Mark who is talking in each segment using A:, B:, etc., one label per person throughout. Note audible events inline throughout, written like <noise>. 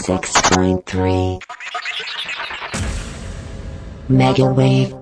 A: 76.3 Mega Wave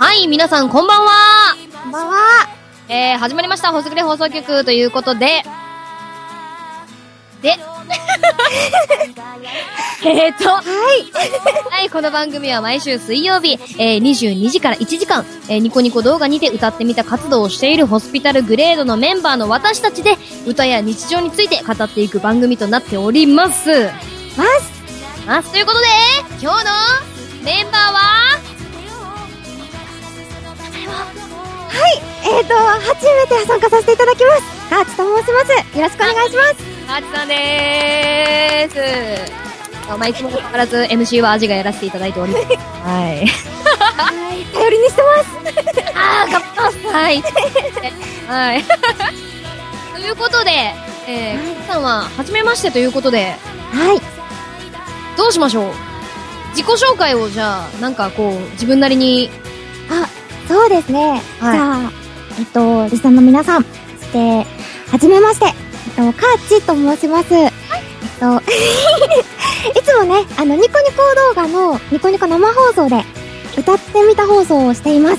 B: はい、皆さんこんばんは
C: こんばんは。
B: えー、始まりました、ホスグレ放送局ということで、
C: <laughs>
B: で、えーと、はい。この番組は毎週水曜日、えー、22時から1時間、えーニコニコ動画にて歌ってみた活動をしているホスピタルグレードのメンバーの私たちで、歌や日常について語っていく番組となっております。
C: ます。
B: ます。ということで、今日のメンバーは、
C: はい。えっ、と、初めて参加させていただきます。ガーチと申します。よろしくお願いします。
B: ハチさんでーす。まあ、いつも変わらず MC はアジがやらせていただいております。はい。
C: はい。頼りにしてます。
B: あー、頑張ってます。はい。はい。ということで、えー、皆さんは、初めましてということで、
C: はい。
B: どうしましょう自己紹介をじゃあ、なんかこう、自分なり
C: <laughs>
B: に、
C: あ、そうですね。
B: はい
C: じゃあ、えっ、と、リスナーの皆さん、そして、はじめまして。えっ、と、カーチと申します。えっと、 <laughs> いつもね、あの、ニコニコ動画の、ニコニコ生放送で、歌ってみた放送をしています。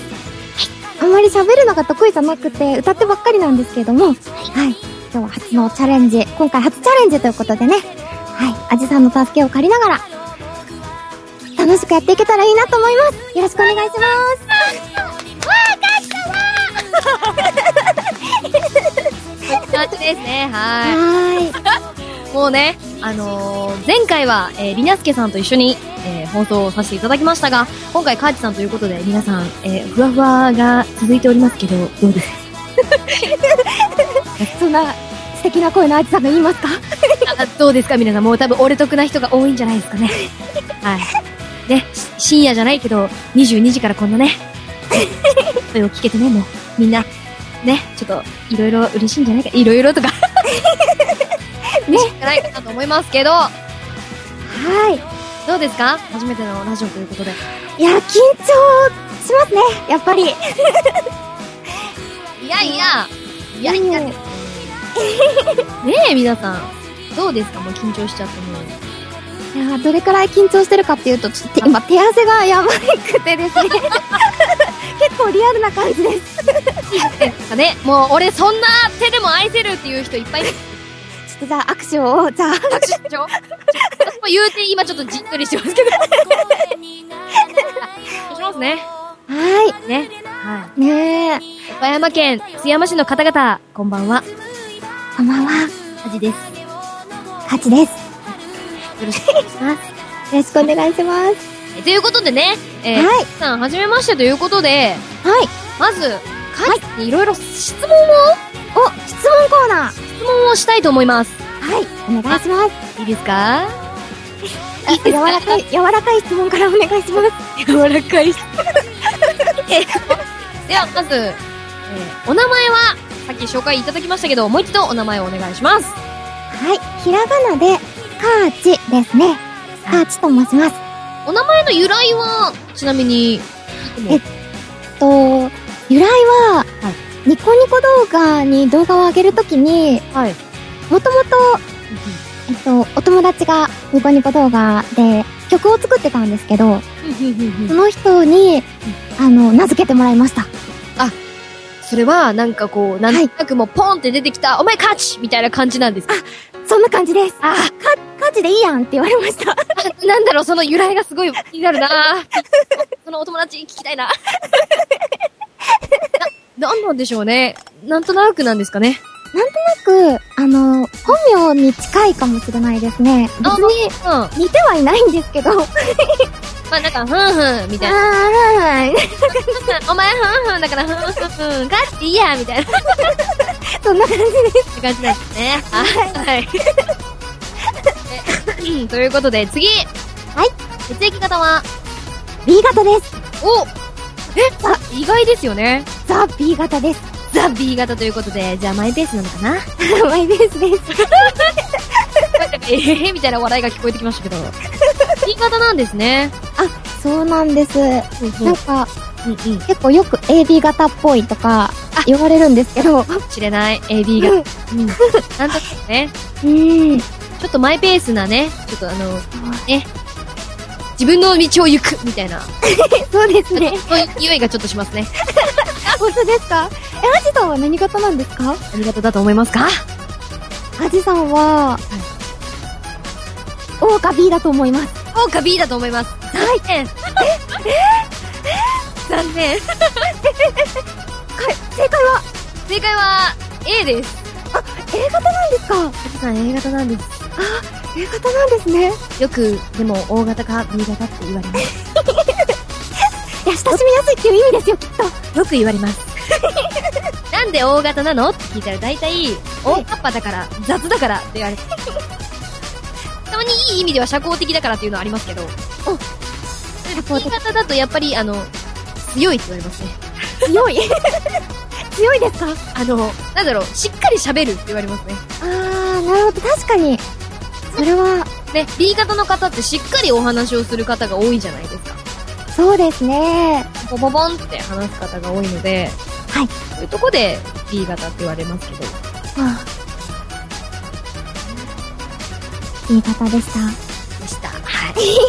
C: あまり喋るのが得意じゃなくて、歌ってばっかりなんですけれども、はい。今日初のチャレンジ、今回初チャレンジということでね、はい。アジさんの助けを借りながら、楽しくやっていけたらいいなと思います。よろしくお願いします。わ <laughs> ー、勝ったわ
B: 感じですね。はい。
C: はーい。
B: もうね、あのー前回は、えー、りなすけさんと一緒に、えー放送をさせていただきましたが、今回、カーチさんということで、皆さん、えーふわふわが続いておりますけど、どうです <laughs>
C: そんな素敵な声のアジさんが言いますか
B: かどうですか皆さん、もう多分、俺得な人が多いんじゃないですかね。はい。ね、し深夜じゃないけど、22時からこんなね、声を聞けてね、もう、みんな、ね、ちょっと、いろいろ嬉しいんじゃないか、いろいろとか、嬉しいんじゃないかなと思いますけど、
C: は
B: どうですか初めてのラジオということで。
C: い。いや、緊張しますね。やっぱり。
B: いやいや、いやいや、
C: うん
B: ねえ、皆さん。どうですかもう緊張しちゃって
C: <laughs>
B: もう。
C: いやーどれくらい緊張してるかっていうと、ちょっと手今手汗がやばくてですね。 <laughs> 結構リアルな感じです。
B: なんかね、もう俺そんな手でも愛せるっていう人いっぱいいる
C: ちょっとじゃあ握手を、じゃあ、
B: でしょ私も言うて今ちょっとじっとりしてますけ
C: <laughs>
B: ど。そうしますね。
C: は。
B: ね。はい
C: ねえ。
B: い。岡山県津山市の方々、こんばんは。
C: こんばんは。
B: アジです。
C: ハチで
B: よ
C: す。
B: ろしくお願いします。
C: よろしくお願いします。
B: えということでね、えー、
C: はい
B: さん、はじめましてということで、
C: はい。
B: まず、かいていろいろ質問を、
C: お、質問コーナー。
B: 質問をしたいと思います。
C: はい。お願いします。
B: いいですか
C: あ柔ら
B: <laughs>
C: かい、柔らかい質問からお願いします。
B: 柔らかい。では、まず、えーお名前は、さっき紹介いただきましたけど、もう一度お名前をお願いします。
C: はい。ひらがなで、カーチですね。カーチと申します。
B: お名前の由来は、ちなみに、
C: えっと、由来は、ニコニコ動画に動画を上げるときに、
B: はい。
C: もともと、えっと、お友達がニコニコ動画で曲を作ってたんですけど、その人に、あの、名付けてもらいました。
B: それは、なんかこう、なん
C: はい
B: となくもうポンって出てきた、お前勝ちみたいな感じなんですか
C: そんな感じです。あ、カーチでいいやんって言われま
B: <laughs>
C: した。
B: あ <laughs> なんだろう、その由来がすごい気になるな <laughs> そのお友達聞きたいな <laughs> な、なんなんでしょうね。なんとなくなんですかね。
C: く、あの、本名に近いかもしれないですね。別
B: あ
C: に
B: うん。
C: 似てはいないんですけど。あ
B: まあなんか、ふんふん、み <laughs>
C: ー
B: たいな。
C: はい。
B: お前ふんふんだから、ふんふんふん、ガッていいや、みたいな。
C: そそんな感じです。
B: って感じなんですね。はい。で <laughs> ということで、次
C: はい
B: 血液型は、
C: B 型です。
B: おえ意外ですよね。
C: ザ・ B 型です。
B: ザ・ B 型ということで、じゃあマイペースなのかな
C: マイペースです。
B: えへへ <laughs> みたいな笑いが聞こえてきま <laughs> したけど。B 型なんですね。
C: そうなんです。な
B: うん
C: か、
B: うんうん。
C: 結構よく AB 型っぽいとか言われるんですけど。う
B: 知れない AB 型。うん。なんとかね、
C: ん。
B: ちょっとマイペースなね、ちょっとあの、ね、自分の道を行くみたいな、
C: そうですね。
B: そういう匂いがちょっとしますね。
C: 本当ですかえ、アジさんは何型なんですか
B: 何型だと思いますか
C: アジさんは、O か B だと思います。
B: O か B だと思います。残念。残念。 <laughs>
C: 正解は
B: 正解は A です。
C: A 型なんですか
B: アキさん A 型なんです。
C: A 型なんですね。い
B: よく、でも O 型か B 型って言われます。
C: や、親しみ <laughs> やすいっていう意味ですよ、きっと。
B: よく言われます。 <laughs> なんで O 型なのって聞いたら大体、O カッパだから、雑だからって言 <laughs> われて。たまにいい意味では社交的だからっていうのはありますけど。
C: お
B: で B 型だとやっぱり、あの、強いって言われますね。
C: 強い。 <laughs> 強いですか
B: あの、なんだろう、しっかり喋るって言われますね。
C: あー、なるほど。確かに。それは、
B: ね、B 型の方ってしっかりお話をする方が多いじゃないですか。
C: そうですね。
B: ボボボンって話す方が多いので、
C: はい
B: そういうとこで B 型って言われますけど。
C: あー B 型でした。
B: でした。 <laughs> はい。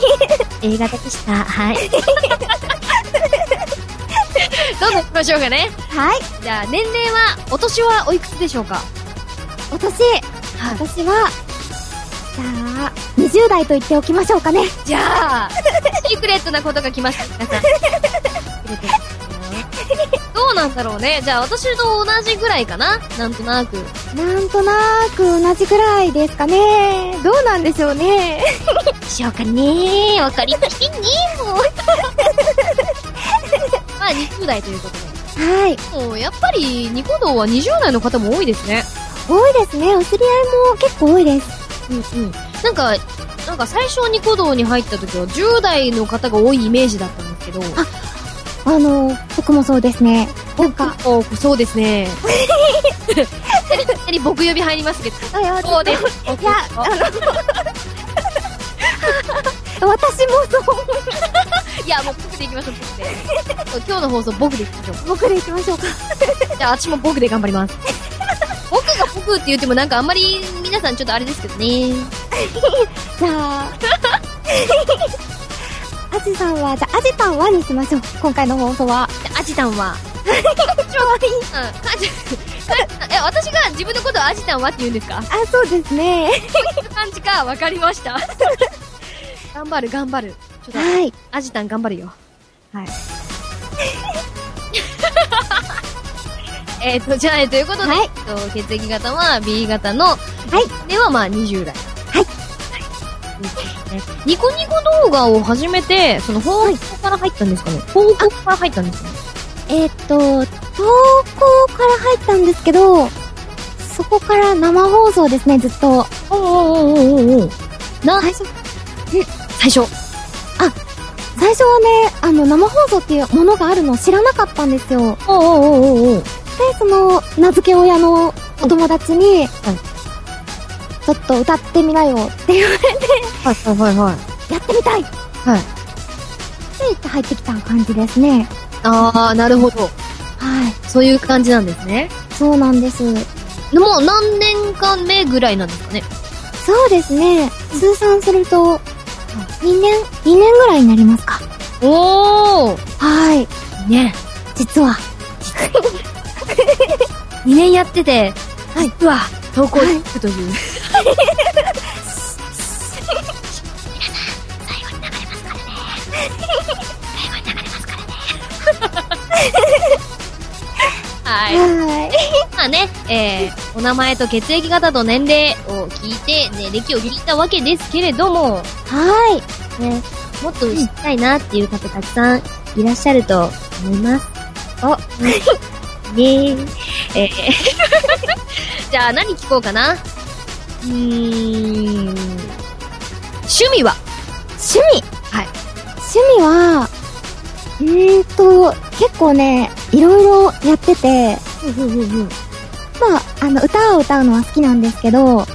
B: A 型でした。はい。どうぞ行きましょうかね。
C: はい。
B: じゃあ、年齢は、お年はおいくつでしょうか
C: お年、
B: はい
C: 私は、じゃあ、20代と言っておきましょうかね。
B: じゃあ、シークレットなことが来ました、皆さん。シークレットですよどうなんだろうね。じゃあ、私と同じぐらいかななんとなく。
C: なんとなく同じぐらいですかね。どうなんでしょうね。
B: しようかねわかりませんねもう。 <laughs> まあ、20代ということ
C: はい。
B: で。もう、やっぱり、ニコ動は20代の方も多いですね。
C: 多いですね。お知り合いも結構多いです。
B: うんうん。なんか、なんか最初ニコ動に入った時は10代の方が多いイメージだったんですけど。
C: ああの、僕もそうですね。なんか、
B: おそうですね。何僕呼び入りますけど。
C: あ、いや
B: そうです。
C: いや、あの、私もそう、
B: いや、もう僕でいきましょう、僕で。今日の放送僕でいきましょう。
C: 僕で行きましょうか。
B: じゃあ、私も僕で頑張ります。僕が僕って言ってもなんかあんまり皆さんちょっとあれですけどね。
C: じゃあ、 <laughs> アジさんは、じゃあ、アジタン1にしましょう。今回の放
B: <laughs>
C: 送は。
B: アジタンは。
C: かわいい。
B: うん。かじえ、私が自分のことをアジタンはって言うんですか
C: あ、そうですね。
B: そういう感じか、わかりました。 <laughs> 頑張る、頑張る。ちょっと、
C: はい。
B: アジタン頑張るよ。はい。 <laughs> えっと、じゃあ、えということで、
C: はい
B: えっと血液型は B 型の、ではまあ20代。
C: はい
B: はい。ねニコニコ動画を始めて、その報告から入ったんですかね報告から入ったんですかね
C: えーっと、投稿から入ったんですけど、そこから生放送ですね、ずっと。
B: おおおおおおな、
C: 最初、
B: 最初。
C: 最初はね、あの、生放送っていうものがあるのを知らなかったんですよ。
B: おおおおおお
C: で、その、名付け親のお友達に、ちょっと歌ってみなよって言われ
B: はいはいはいはい。
C: やってみたい
B: はい
C: って言って入ってきた感じですね。
B: あー、なるほど。
C: はい。
B: そういう感じなんですね。
C: そうなんです。
B: でもう何年間目ぐらいなんですかね。
C: そうですね。通算すると、2年、2年ぐらいになりますか。
B: おー
C: はい。
B: ね。
C: 実は。
B: 2年やってて、
C: はい
B: 実は、投稿に行くという。はい。
C: はい。
B: まあね、えー、お名前と血液型と年齢を聞いて、ね、歴を聞いたわけですけれども、
C: はい。
B: ね、もっと知りたいなっていう方たくさんいらっしゃると <laughs> 思います。お、ねえー、 <laughs> じゃあ何聞こうかな。うーん。趣味は
C: 趣味
B: はい。
C: 趣味は、うーんと、結構ね、いろいろやってて、まあ、あの、歌を歌うのは好きなんですけど、
B: はい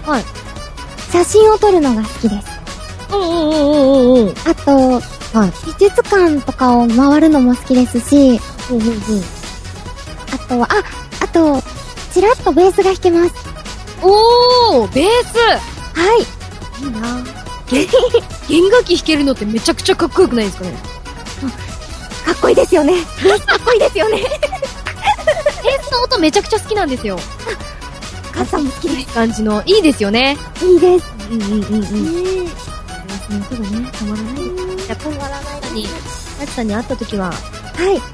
C: 写真を撮るのが好きです。
B: うんうんうんうんうんうん。
C: あと、
B: はい
C: 美術館とかを回るのも好きですし、
B: うんうんうん。
C: あとは、あ、あと、ちらっとベースが弾けます。
B: おー、ベー
C: はい。
B: スいいな弦弦楽器弾けるのってめちゃくちゃかっこよくないですかね
C: かっこいいですよね。ベースかっこいいですよね。
B: ベースの音めちゃくちゃ好きなんですよ。
C: 母さんも好きで
B: いい感じの。いいですよね。
C: す。いいです。
B: うんうんうんうん。ベ
C: ね
B: ースの音がね、たまらない。
C: え。
B: やっぱ
C: わらない
B: ですねナチさんに会った時は、
C: は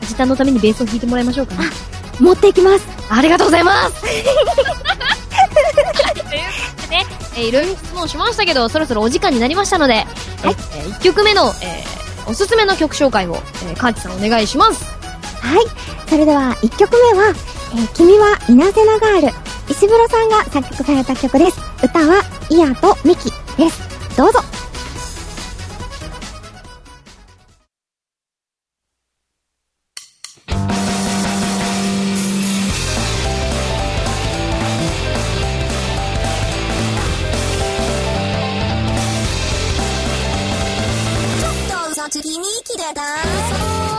B: 時短のためにベースを弾いてもらいましょうかね。
C: い。持っていきます。
B: ありがとうございますはいということでね、えーいろいろ質問しましたけど、そろそろお時間になりましたので、えーえ1曲目の、えーおすすめの曲紹介を、えー、カーチさんお願いします。
C: はい。それでは、1曲目は、えー君は稲瀬なガール。石黒さんが作曲された曲です。歌は、イヤとミキです。どうぞ。
D: 嘘つきに切れた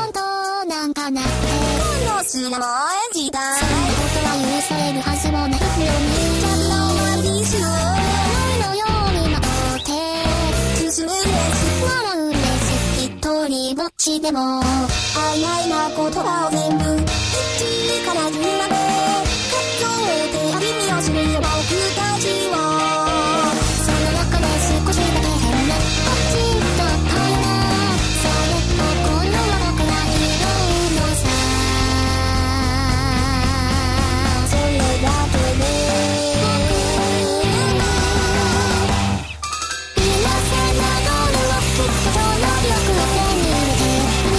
D: 本当なんかなって今度すらも演じた最後とは許されるはずもないのにキャットはビスを愛のように守って進むんです笑うんです一人ぼっちでも曖昧な言葉を全部一から順まで書き終えて歩みをするよ僕たちはその中で少しだけ変な「こっちとったよな」「それとこの世の中がいろいろなさ」「それだけで今せながらもきっとその力を手に入れて」「未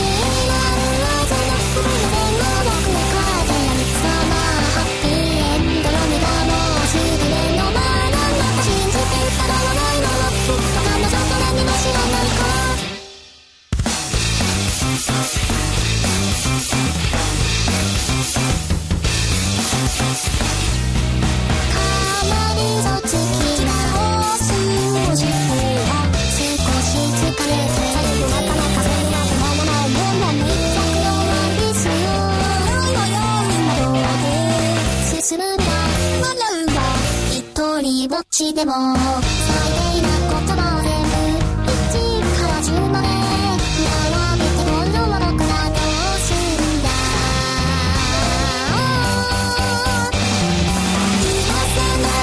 D: 来はそのすべての僕を変えてやる」「そのハッピーエンドのネタもすぐ目の前だまた信じてたらないのもきっとまだそこらにも知らないから」あまり嘘つきなお寿司は世界の中でも少し疲れてなかなかそんな止まらないもんなの100度は理想のように窓を開け進むんだ笑うんだ一人ぼっちでも最低な言葉を全部1から10まで並べてどんどん悪くなってほしいんだ「今せながらはきっと世の欲を無視してた」「未来はその全ての僕を変えてやる」「そのハッピーエンドのネタもすぐ目の前だ」「また信じてたらないのもきっとまだそこらにも知らないから」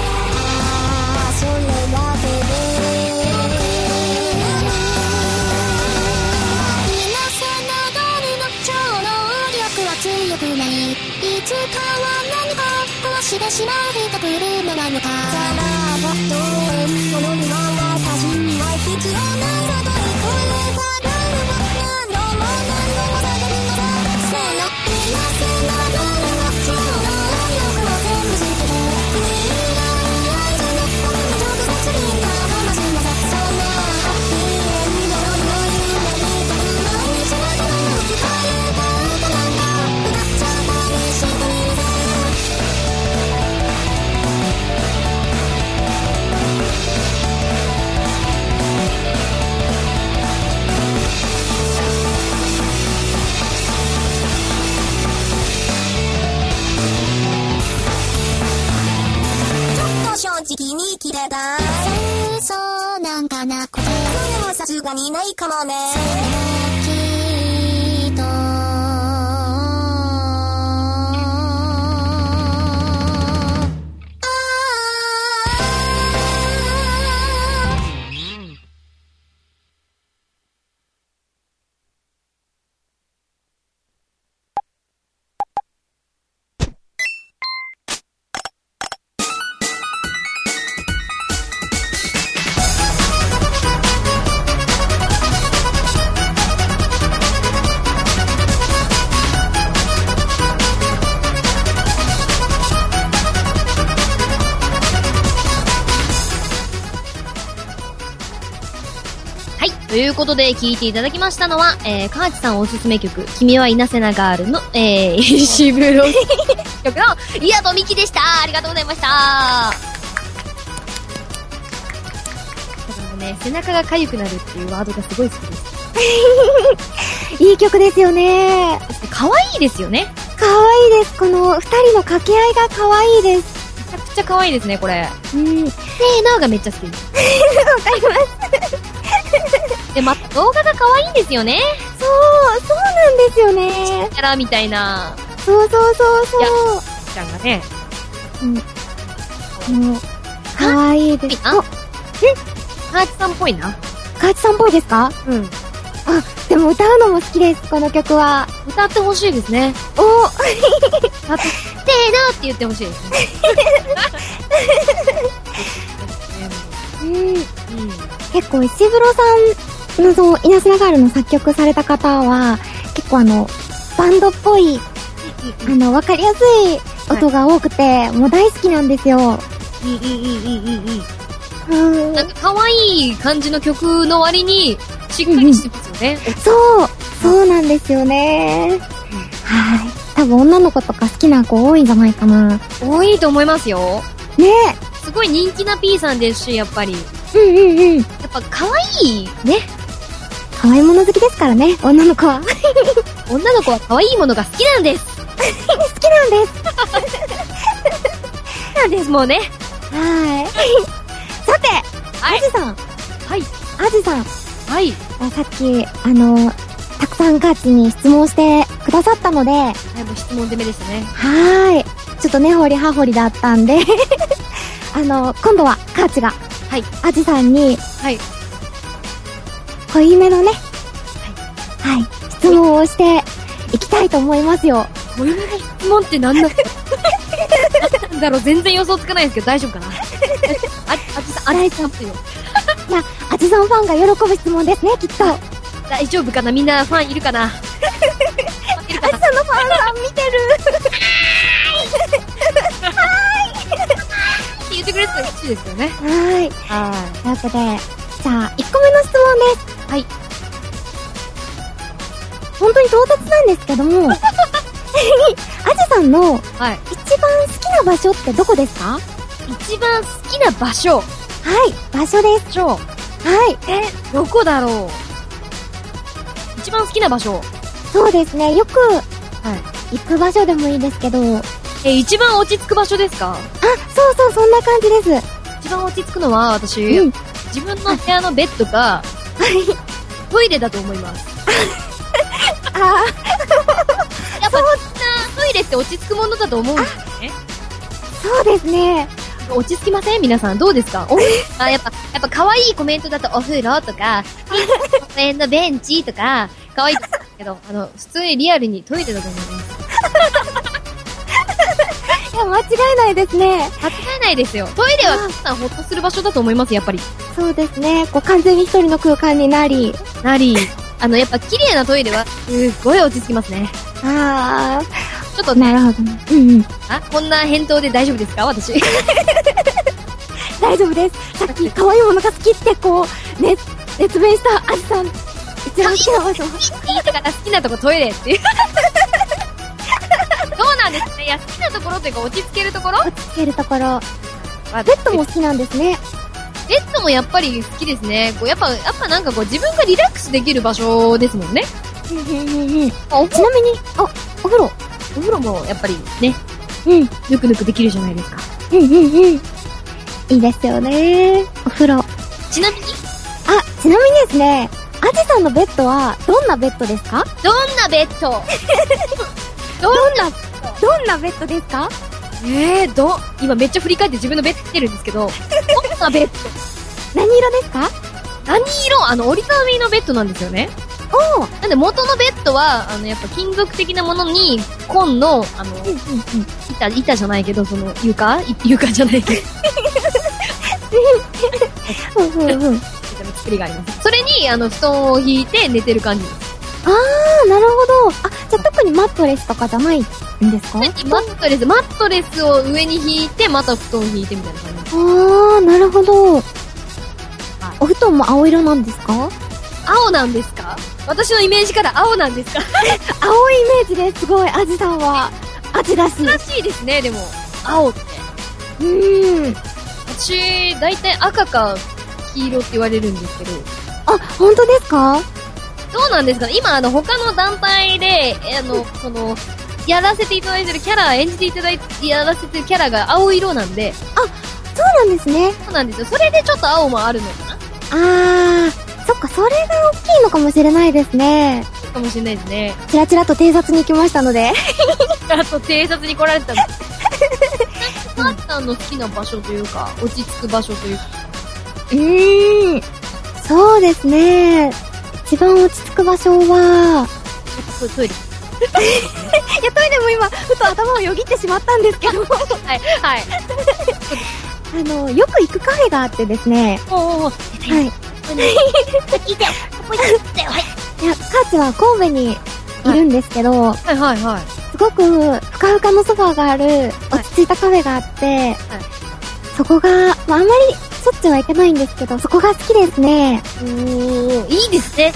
D: 「それだけで」「今さながらの超能力は強くない」「いつかは何か壊してしまう人来るのなのか」「さらばと縁ものには私には必要ないさとい声が出るも何度も何度も叫びなさい」「その今さながらの超能力は全部知ってる」「さすがにないかもね。それもきっと。ああ。
B: はい。ということで、聴いていただきましたのは、えー、河内さんおすすめ曲、君はいなせなガールの、 <laughs> えー、石風呂曲の、イヤとミキでしたありがとうございましただからね、背中が痒くなるっていうワードがすごい好きです。
C: いい曲ですよね。
B: 可愛いですよね。
C: 可愛いです。この二人の掛け合いが可愛いです。
B: めちゃくちゃ可愛いですね、これ。
C: うん。わ
B: せーのがめっちゃ好きです。
C: かります。
B: で、また動画が可愛いんですよね。
C: そう、そうなんですよね。
B: キャラみたいな、
C: そうそうそうそ
B: いや
C: う。
B: ちゃんがね。
C: もう、かわいいです。
B: あ
C: お、
B: 河内さんっぽいな。
C: カーチさんっぽいですか
B: うん。
C: でも歌うのも好きです、この曲は。
B: 歌ってほしいですね。
C: お
B: だって、ーなって言ってほしいですね。
C: うん、
B: うん。
C: 結構石黒さんのその、稲砂ガールの作曲された方は、結構あの、バンドっぽい、あの、わかりやすい音が多くて、もう大好きなんですよ。
B: いい、いい、いい、いい、いい。
C: うん。
B: なんか可愛い感じの曲の割に、しっかりしてますよね。
C: そう、そうなんですよね。はい。多分女の子とか好きな子多いんじゃないかな。ね
B: 多いと思いますよ。
C: え。
B: すごい人気な P さんですし、やっぱり。や
C: うんうんうん。
B: っぱ可愛いね。
C: 可愛いもの好きですからね、女の子は。 <laughs>
B: 女の子は可愛いものが好きなんです。
C: 好きなんです。
B: なんです、もうね。
C: はい。さて、
B: は
C: あ
B: い。
C: ずさん、
B: はい。
C: あずさん、
B: はい。
C: あさっき、あの、たくさんカーチに質問してくださったので、は
B: はい、もう質問攻めでしたね。
C: ーい。ちょっと根掘り葉掘りだったんで、 <laughs> あの、今度はカーチが、
B: はい。
C: あずさんに
B: はい。
C: 濃いめのね、はい、質問をしていきたいと思いますよ。
B: こういう質問ってなんななんだろう、全然予想つかないですけど、大丈 <laughs> 夫かなあ、あちさん、あちさんっていう。
C: あずさんファンが喜ぶ質問ですね、きっと。あ
B: 大丈夫かなみんなファンいるかなファンいるかな
C: ずさんのファンが見てる。
B: って言ってくれてたら嬉しいですよね。
C: はーい。
B: は
C: というわけで、じゃあ、1個目の質問です。
B: はい。
C: 本当に唐突なんですけ <laughs> ども、アジさんの
B: い。はい。
C: 一番好きな場所ってどこですかは
B: 一番好きな場所。
C: い、場所です。
B: 場所。
C: はい。
B: え、どこだろう一番好きな場所。
C: そうですね、よく
B: はい。
C: 行く場所でもいいですけど、あ、
B: え、一番落ち着く場所ですか
C: そうそう、そんな感じです。
B: 一番落ち着くのは、私、
C: うん
B: 自分の部屋のベッドか、トイレだと思います。
C: あ
B: やっぱ、トイレって落ち着くものだと思うんですよね。
C: ーそうですね。
B: 落ち着きません皆さん、どうですかおあやっぱ、やっぱ可愛いコメントだとお風呂とか、公園のベンチとか、可愛いですけど、あの、普通にリアルにトイレだと思います。
C: いや、間違いないですね。
B: 間違えないですよ。トイレは
C: あ
B: 皆さんほっとする場所だと思います、やっぱり。
C: そうですね、こう完全に一人の空間になり、
B: なり、あの、やっぱ綺麗なトイレは、すっごい落ち着きますね。
C: あ
B: ちょっと
C: ー、なるほどね。うんうん。
B: あ、こんな返答で大丈夫ですか私。
C: 大丈夫です。さっき可愛いものが好きってこう、ね、熱弁したアジさん、一番好きな場所。
B: いいとか好きなとこトイレっていう。 <laughs> どうなんですかねいや、好きなところというか落ち着けるところ
C: 落ち着けるところ。
B: は
C: ベッドも好きなんですね。
B: ベッドもやっぱり好きですね。こうやっぱ、やっぱなんかこう自分がリラックスできる場所ですもんね。
C: ちなみに、
B: あお風呂
C: あ、お風呂。
B: お風呂もやっぱりね、
C: うん、
B: ぬくぬくできるじゃないですか。
C: うん、うん、うん。いいですよね。お風呂。
B: ちなみに、
C: あ、ちなみにですね、アジさんのベッドはどんなベッドですか
B: どんなベ <laughs> ッドどんな、
C: どんなベッドですか
B: えー、ど、今めっちゃ振り返って自分のベッド見てるんですけど、どんなベッド <laughs>
C: 何色ですか
B: 何色あの、折りたたみのベッドなんですよね。
C: おー
B: なんで元のベッドは、あの、やっぱ金属的なものに、紺の、あの、板、板じゃないけど、その、床い床じゃないけど、
C: うんうんうん。あ
B: 板の作りがあります。それに、あの、布団を引いて寝てる感じです。
C: ー、なるほど。あ、じゃあ特にマットレスとかじゃないんですか
B: マットレス、マットレスを上に引いて、また布団を引いてみたいな感じ。
C: あー、なるほど。お布団も青色なんですか
B: 青なんですか私のイメージから青なんです <laughs> か
C: 青いイメージですごい、アジさんは。アジらしい。
B: らしいですね、でも。青って。
C: うん。
B: 私、大体赤か黄色って言われるんですけど、
C: あ、本当ですか
B: どうなんですかね今、あの、他の団体で、えあの、その、やらせていただいてるキャラ、演じていただいて、やらせてるキャラが青色なんで、
C: そうなんですね。
B: そうなんですよ。それでちょっと青もあるのかな
C: あー、そっか、それが大きいのかもしれないですね。
B: かもしれないですね。
C: チラチラと偵察に来ましたので。
B: あと、偵察に来られてたんです。なんか、さんの好きな場所というか、落ち着く場所というか、
C: うーん。そうですね。一番落ち着く場所は、
B: トトイレ。
C: いや、トイレも今、ふと頭をよぎってしまったんですけ <laughs> ど、
B: はい、はい。
C: あの、よく行くカフェがあってですね、
B: おお
C: はい。
D: 聞いてよ。ここに行ってよ。はい。
C: いや、カーチは神戸にいるんですけど、
B: はい、はい、はい。
C: すごくふかふかのソファーがある落ち着いたカフェがあって、そこが、まあ、あんまりしょっちゅうは行けないんですけど、そこが好きですね。
B: おー、いいですね。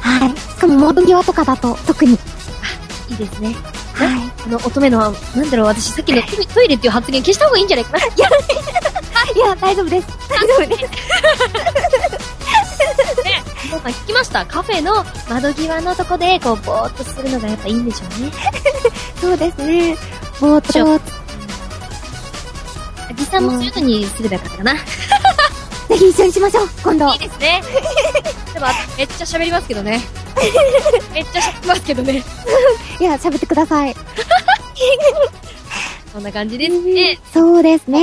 C: はい。しかも窓際とかだと特に。
B: いいですね。
C: はい。
B: あの、乙女の、なんだろう、私さっきのトイトイレっていう発言消した方がいいんじゃないかな。
C: いや、大丈夫です。大丈夫です。
B: 皆さん聞きましたカフェの窓際のとこで、こう、ぼーっとするのがやっぱいいんでしょうね。
C: そうですね。ぼーっ
B: ちょ
C: と、
B: あ実際もそういうのにすればよかったかな。い
C: ぜひ一緒にしましょう、今度。
B: いです
C: <laughs>
B: ね。でも、めっちゃ喋りますけどね。めっちゃ喋りますけどね。
C: いや、喋ってください。
B: そんな感じですね。
C: そうですね。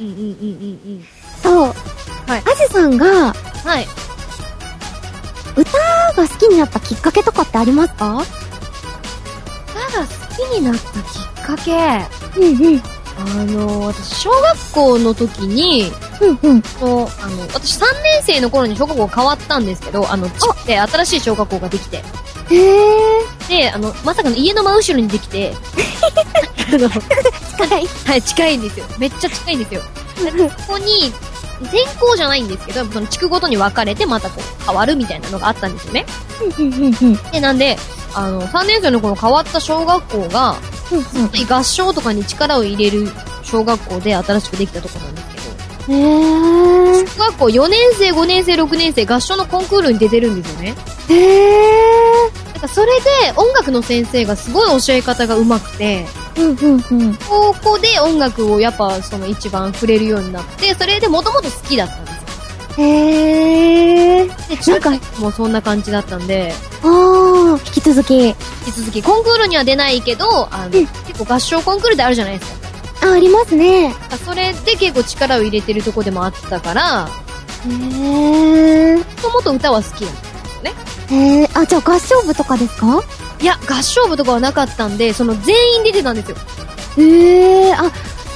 B: うんうんうんうんうん。
C: そう。
B: はい
C: アジさんが
B: はい。
C: 歌が好きになったきっかけとかってありますか
B: 歌が好きになったきっかけ、
C: うんうん。
B: あの、私、小学校の時に、
C: うんうん。
B: そう、あの、私3年生の頃に小学校変わったんですけど、あの、ちって新しい小学校ができて、
C: へえ。
B: で、あの、まさかの家の真後ろにできて、あの、
C: 近い。
B: はい、近いんですよ。めっちゃ近いんですよ。ここに、転校じゃないんですけど、その地区ごとに分かれてまたこう変わるみたいなのがあったんですよね。
C: うんうんうんうん。
B: で、なんで、あの、3年生の頃変わった小学校が、合唱とかに力を入れる小学校で新しくできたところなんですけど、
C: へー。
B: 小学校4年生、5年生、6年生、合唱のコンクールに出てるんですよね。
C: へ
B: なんかそれで音楽の先生がすごい教え方が上手くて、
C: ー。うんうんうん。
B: 高校で音楽をやっぱその一番触れるようになって、それでもともと好きだったんですよ。
C: へー。
B: で、
C: なんか
B: 中学もそんな感じだったんで、
C: あー、引き続き。
B: 引き続きコンクールには出ないけど、あの、
C: うん
B: 結構合唱コンクールであるじゃないですか。
C: あ、ありますね。
B: だからそれで結構力を入れてるとこでもあったから、
C: へー。
B: もともと歌は好きだった。
C: へー。あ、じゃあ合唱部とかですか
B: いや、合唱部とかはなかったんで、その全員出てたんですよ。
C: へー。あ、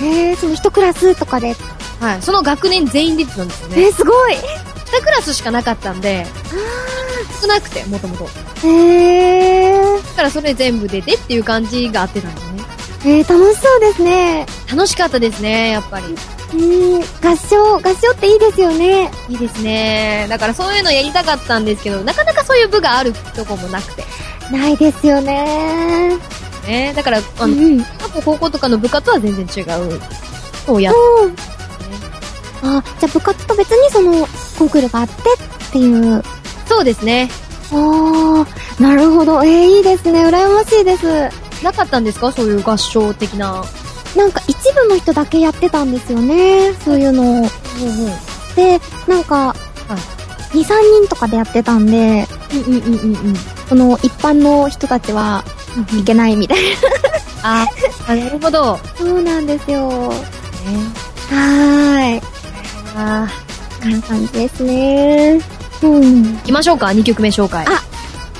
C: へー、その一クラスとかで。
B: はい。その学年全員出てたんですよ
C: え
B: ね。
C: ー、すごい。
B: 2クラスしかなかったんで、少なくて、もともと。
C: へー。
B: だからそれ全部出てっていう感じがあってたんだよね。
C: えー、楽しそうですね。
B: 楽しかったですね、やっぱり。
C: うん、合唱、合唱っていいですよね。
B: いいですね。だからそういうのやりたかったんですけど、なかなかそういう部があるとこもなくて。
C: ないですよね。
B: ね。だから、あ
C: う
B: の、
C: ん。
B: 過去高校とかの部活は全然違う。そうやっ
C: うん。
B: てね。
C: あ、じゃあ部活と別にそのコンクールがあってっていう。
B: そうですね。
C: ああ、なるほど。えー、いいですね。羨ましいです。
B: なかったんですかそういう合唱的な。
C: なんか一部の人だけやってたんですよね。そういうのを。
B: うんうん。
C: で、なんか、 2、3人とかでやってたんで、
B: うんうんうんうんうん。
C: その一般の人たちは行けないみたいな。
B: あ、あなるほど。ね、
C: そうなんですよ。はーい。
B: あ
C: こんな感じですね。うん
B: ー。行きましょうか、2曲目紹介。
C: あ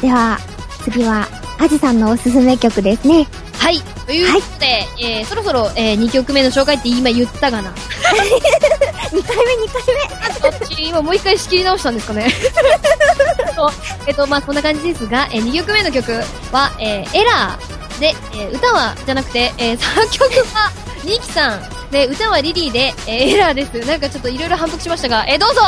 C: では、次は、アジさんのおすすめ曲ですね。
B: はい。ということで、えー、そろそろ、えー、2曲目の紹介って今言ったがな。
C: 2回目、2回目。
B: 私、今もう一回仕切り直したんですかね。
C: <laughs>
B: そうえっと、まあ、そんな感じですが、えー、2曲目の曲は、えー、エラーで、えー、歌は、じゃなくて、えー、作曲は、ニキさん。で、歌はリリーで、えー、エラーです。なんかちょっといろいろ反復しましたが、えー、どうぞ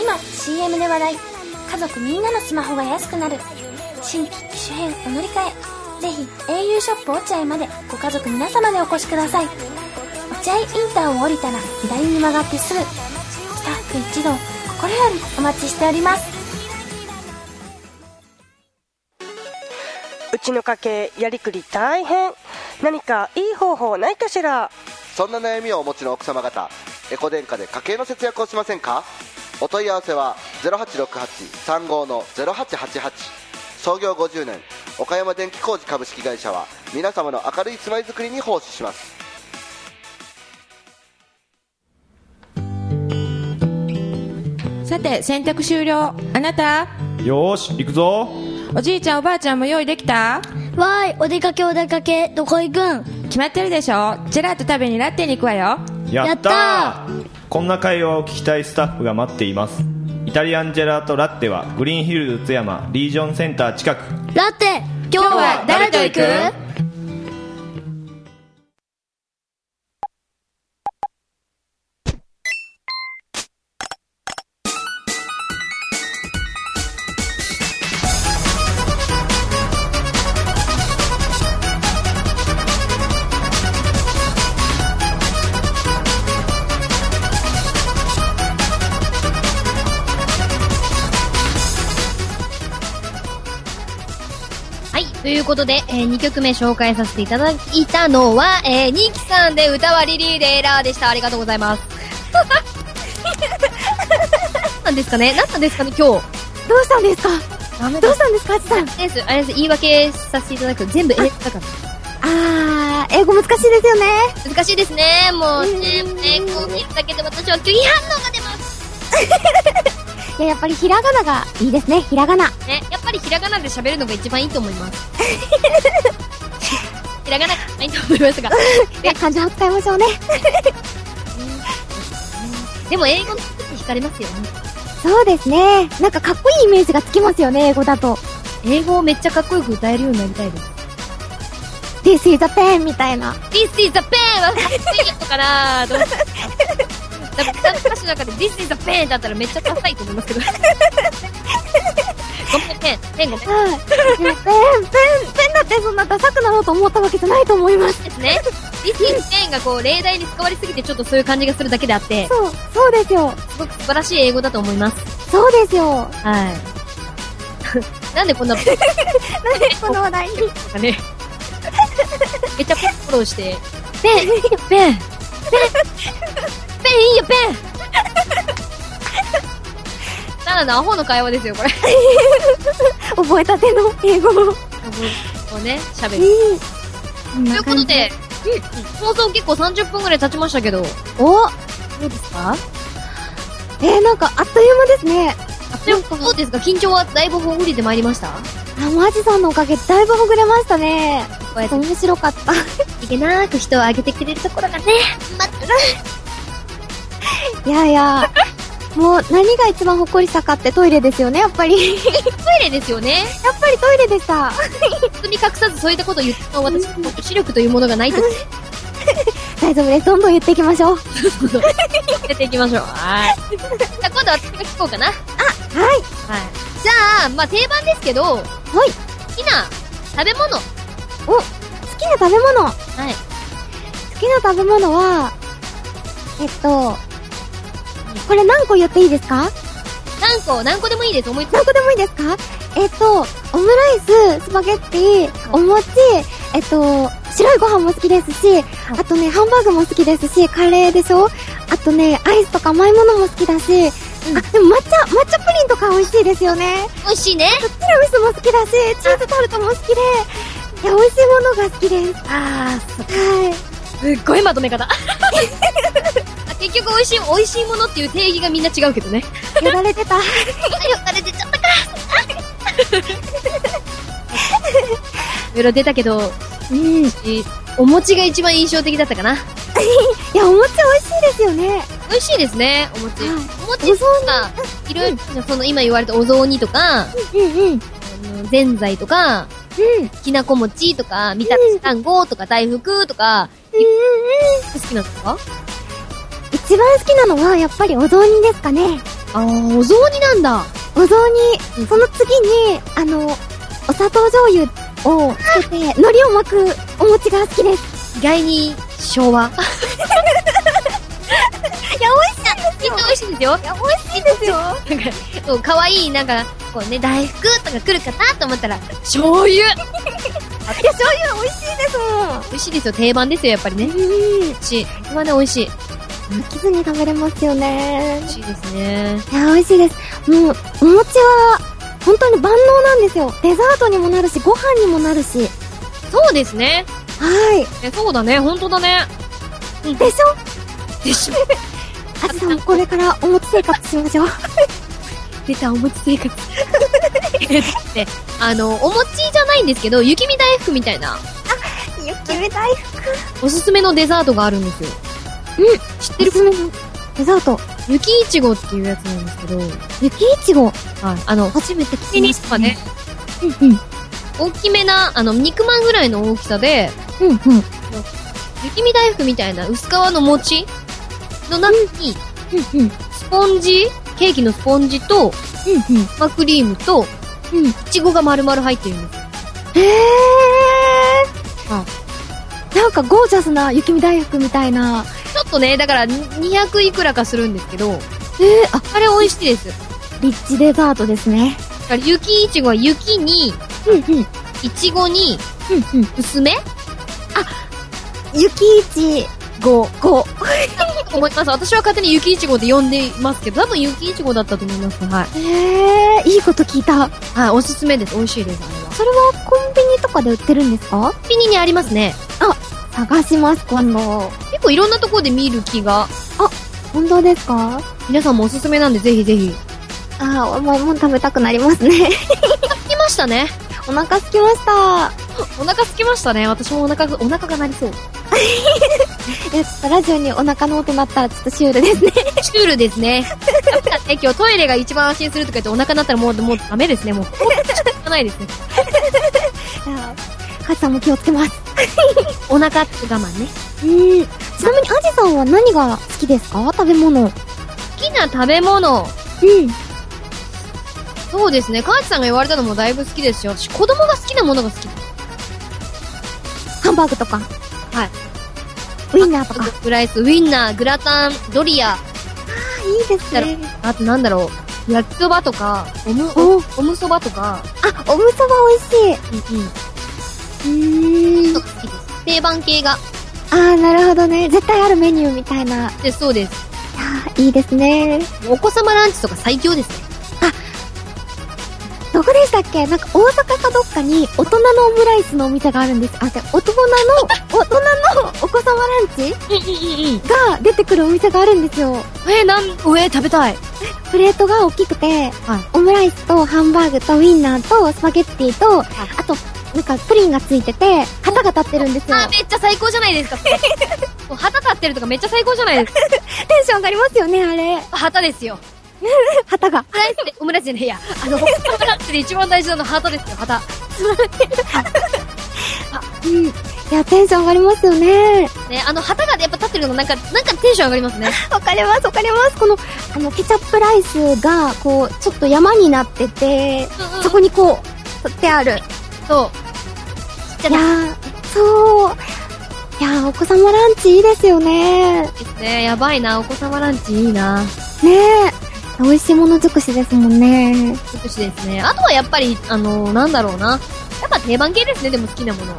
D: 今 CM で話題家族みんなのスマホが安くなる新規機種変お乗り換えぜひ au ショップ落合までご家族皆様でお越しくださいお
E: 落合インターを降りたら左に曲がってすぐスタッフ一同心よりお待ちしております
F: うちの家計やりくり大変何かいい方法ないかしら
G: そんな悩みをお持ちの奥様方エコ電化で家計の節約をしませんかお問い合わせは0868-35の0888創業50年岡山電気工事株式会社は皆様の明るい住まいづくりに奉仕します
H: さて洗濯終了あなた
I: よーし行くぞ
H: おじいちゃんおばあちゃんも用意できた
J: わーいお出かけお出かけどこ行くん
H: 決まってるでしょジェラート食べにラッテに行くわよ
I: やったー
J: や
I: こんな会話を聞きたいスタッフが待っていますイタリアンジェラートラッテはグリーンヒルズ津山リージョンセンター近く
J: ラッテ今日は誰と行く
B: はい。ということで、え2曲目紹介させていただいたのは、えー、ニキさんで歌はリリー・レイラーでした。ありがとうございます。 <laughs> 何なんですかね何なんですかね今日。
C: どうしたんですか
B: ダメ
C: どうしたんですか、あじさん。
B: です。あれです。言い訳させていただくと全部英語だから。
C: あー、英語難しいですよね。
B: 難しいですね。もう
C: う
B: ね、
C: ん
B: ね、こう見るだけで私は拒否反応が出ます。
C: いや、やっぱりひらがながいいですね、ひらがな。
B: ね、やっぱりひらがなで喋るのが一番いいと思います。 <laughs> ひらがながないと思いますが。
C: いや、漢字を使いましょうね。
B: でも英語の時って惹かれますよね。
C: そうですね。なんかかっこいいイメージがつきますよね、英語だと。
B: 英語をめっちゃかっこよく歌えるようになりたいです。
C: This is a pen みたい <laughs> な。
B: This is a pen! はかっこいいのかなどうですかだから歌詞の中で This is a pen! だったらめっちゃダサいと思いますけど。ごめん、ペン。ペンごめん。
C: はい。ペン、ペン、ペンだってそんなダサくなろうと思ったわけじゃないと思います。
B: ですね。This is a pen がこう、例題に使われすぎてちょっとそういう感じがするだけであって、
C: そう、そうですよ。
B: すごく素晴らしい英語だと思います。
C: そうで
B: <laughs>
C: すよ。
B: はい。なんでこんな、なん
C: この話題に。
B: か <laughs> ね。めっちゃフォローして、ペン、ペン、ペン、ペンいいよ、ペンただのアホの会話ですよ、これ。
C: 覚えたての英語の。
B: もうね、喋る。
C: い
B: ということで、放送結構30分ぐらい経ちましたけど、
C: お
B: どうですか
C: えー、なんかあっという間ですね。
B: あっという間どうですか緊張はだいぶほぐれてまいりました
C: あ、マジさんのおかげだいぶほぐれましたね。
B: こうやって
C: 面白かった。
B: <laughs> いけなく人をあげてくれるところがね、
C: <laughs> いやいや。もう何が一番ほっこりしたかってトイレですよね、やっぱり。やっ
B: トイレですよね。
C: ぱりトイレでした。
B: 包み隠さずそういったことを言った私も視力というものがないと
C: 大丈夫です。どんどん言っていきましょう。
B: 出ていきましょう。はい。じゃあ今度は私が聞こうかな。はい。
C: はい。
B: じゃあ、まあ定番ですけど、はい。好きな食べ物。
C: 好きな食べ物。好
B: はい。
C: きな食べ物は、えっと、これ何個言っていいですか
B: 何個、何個でもいいです。思いつ
C: 何個でもいいですかえっと、オムライス、スパゲッティ、お餅、えっと、白いご飯も好きですし、あとね、ハンバーグも好きですし、カレーでしょあとね、アイスとか甘いものも好きだし、あ、でも抹茶、抹茶プリンとか美味しいですよね。
B: 美味しいね。
C: ティラミスも好きだし、チーズタルトも好きで、いや、美味しいものが好きです。
B: あー、
C: はい。
B: すっごいまとめ <laughs> 方。あ結局美味しい、美味しいものっていう定義がみんな違うけど <laughs> ね。
C: やられてた。
B: よかれ出ちゃったか。いろいろ出たけど、うん、お餅が一番印象的だったかな。
C: いや、お餅美味しいですよね。
B: 美味しいですね、お餅。お
C: は
B: 餅そうか、いろいろ、その今言われたお雑煮とか、
C: うんうん。うん。
B: あのぜんざいとか、きなこ餅とか、みたらし団子とか、大福とか、
C: うんうんうん。
B: 好きなんですか
C: 一番好きなのは、やっぱりお雑煮ですかね。
B: あー、お雑煮なんだ。
C: お雑煮、その次に、あの、お砂糖醤油をつけて、海苔を巻くお餅が好きです。
B: 意外に昭 <laughs> 和。
C: いや、
B: きっと美味しいんですよ。
C: 美味しいですよ。
B: なんか、うん可愛い、なんか、こうね、大福とか来るかなと思ったら、醤油
C: いや、醤油美味しいですもん。
B: 美味しいですよ、定番ですよ、やっぱりね。
C: うん。
B: 美味しい。これはね、美味しい。
C: 飽きずに食べれますよね
B: 美。味しいですね。
C: いや、美味しいです。もう、お餅は、本当に万能なんですよ。デザートにもなるし、ご飯にもなるし。
B: そうですね。
C: はい。
B: えそうだね、本当だね。
C: でしょ
B: でしょ。
C: あじさん、これからお餅生活しましょう。
B: 出た、お餅生 <laughs> 活。で、あの、お餅じゃないんですけど、雪見大福みたいな、
C: 雪見大福。
B: おすすめのデザートがあるんですよ。
C: うん。知ってるデザート。
B: 雪いちごっていうやつなんですけど、はい、
C: 雪いちご。
B: あの、
C: 初めて聞
B: 口
C: きま
B: に
C: し
B: と
C: た
B: かね
C: ね。、うんうん。
B: 大きめな、あの、肉まんぐらいの大きさで、
C: うんうん。
B: 雪見大福みたいな薄皮の餅の中に、
C: うんうん。
B: スポンジ、ケーキのスポンジと、
C: うんうん。
B: 生クリームと、
C: うん
B: いちごが丸々入ってるんですよ。
C: へー。なんかゴージャスな雪見大福みたいな。
B: ちょっとね、だから200いくらかするんですけど、
C: えー、あ、
B: あれ美味しいです。だ
C: リッチデザートですね。
B: から雪いちごは雪に、
C: うんうん。
B: いちごに、
C: うんうん。
B: 薄め
C: 雪いちご、ご。
B: と思います。私は勝手に雪いちごで呼んでいますけど、多分雪いちごだったと思います。はい。
C: えー、いいこと聞いた。
B: はい、おすすめです。美味しいです、あれは。
C: それはコンビニとかで売ってるんですか
B: コンビニにありますね。
C: 探します、今度。
B: 結構いろんなところで見る気が。
C: 本当ですか
B: 皆さんもおすすめなんで、ぜひぜひ。
C: ああ、もう、もう食べたくなりますね。
B: 来ましたね。
C: <laughs>
B: <laughs>
C: お腹空きました。
B: お腹空きましたね。私もお腹、お腹がなり <laughs> そう。
C: いや、ちょっとラジオにお腹の音鳴ったらちょっとシュールです <laughs> ね。
B: シュールですね。やっぱね、今日トイレが一番安心するとか言ってお腹になったらもう、もうダメですね。もう、仕方ないですね。
C: じゃあ、カツさんも気をつけます。
B: お腹って我慢ね。
C: うん。ちなみに、アジさんは何が好きですか食べ物。うん。
B: 好きな食べ物。そうですね。河内さんが言われたのもだいぶ好きですよ。私、子供が好きなものが好き。
C: ハンバーグとか。
B: はい。
C: ウインナーとか。あ、
B: フライス、ウインナー、グラタン、ドリア、
C: いいですね。
B: あとなんだろう、焼きそばとか、おむ、
C: お
B: おむそばとか、
C: あ、おむそば美味し
B: うんうん、
C: い。うーん
B: 好。きです。定番系が。
C: あー、なるほどね。絶対あるメニューみたいな。
B: で、そうです。
C: あいいですね。
B: お子様ランチとか最強ですね。
C: どこでしたっけなんか大阪かどっかに大人のオムライスのお店があるんです。あ、じゃあ大人の、大人のお子様ランチが出てくるお店があるんですよ。
B: えー、なん、えー、食べたい。
C: プレートが大きくて、オムライスとハンバーグとウインナーとスパゲッティと、あと、なんかプリンがついてて、旗が立ってるんですよ。
B: あー、めっちゃ最高じゃない <laughs> ですか。もう旗立ってるとかめっちゃ最高じゃないですか。
C: テンション上がりますよね、あれ。
B: 旗ですよ。
C: <laughs> 旗が。
B: オムライスで、オムライスじゃねえや。あの、オムライスで一番大事なのは旗ですよ、旗。
C: うん。いや、テンション上がりますよね。
B: ね、あの旗がやっぱ立ってるのがなんか、なんかテンション上がりますね。
C: わかります、わかります。この、あの、ケチャップライスが、こう、ちょっと山になってて、そこにこう、取ってある。
B: そう。ちっちゃ
C: いや
B: な
C: ー、そう。いやー、お子様ランチいいですよね。
B: ですね。やばいな、お子様ランチいいな。
C: ねえ。美味しいもの尽くしですもんね。
B: 美しいですね。あとはやっぱり、あのなんだろうな。やっぱ定番系ですね、でも好きなもの。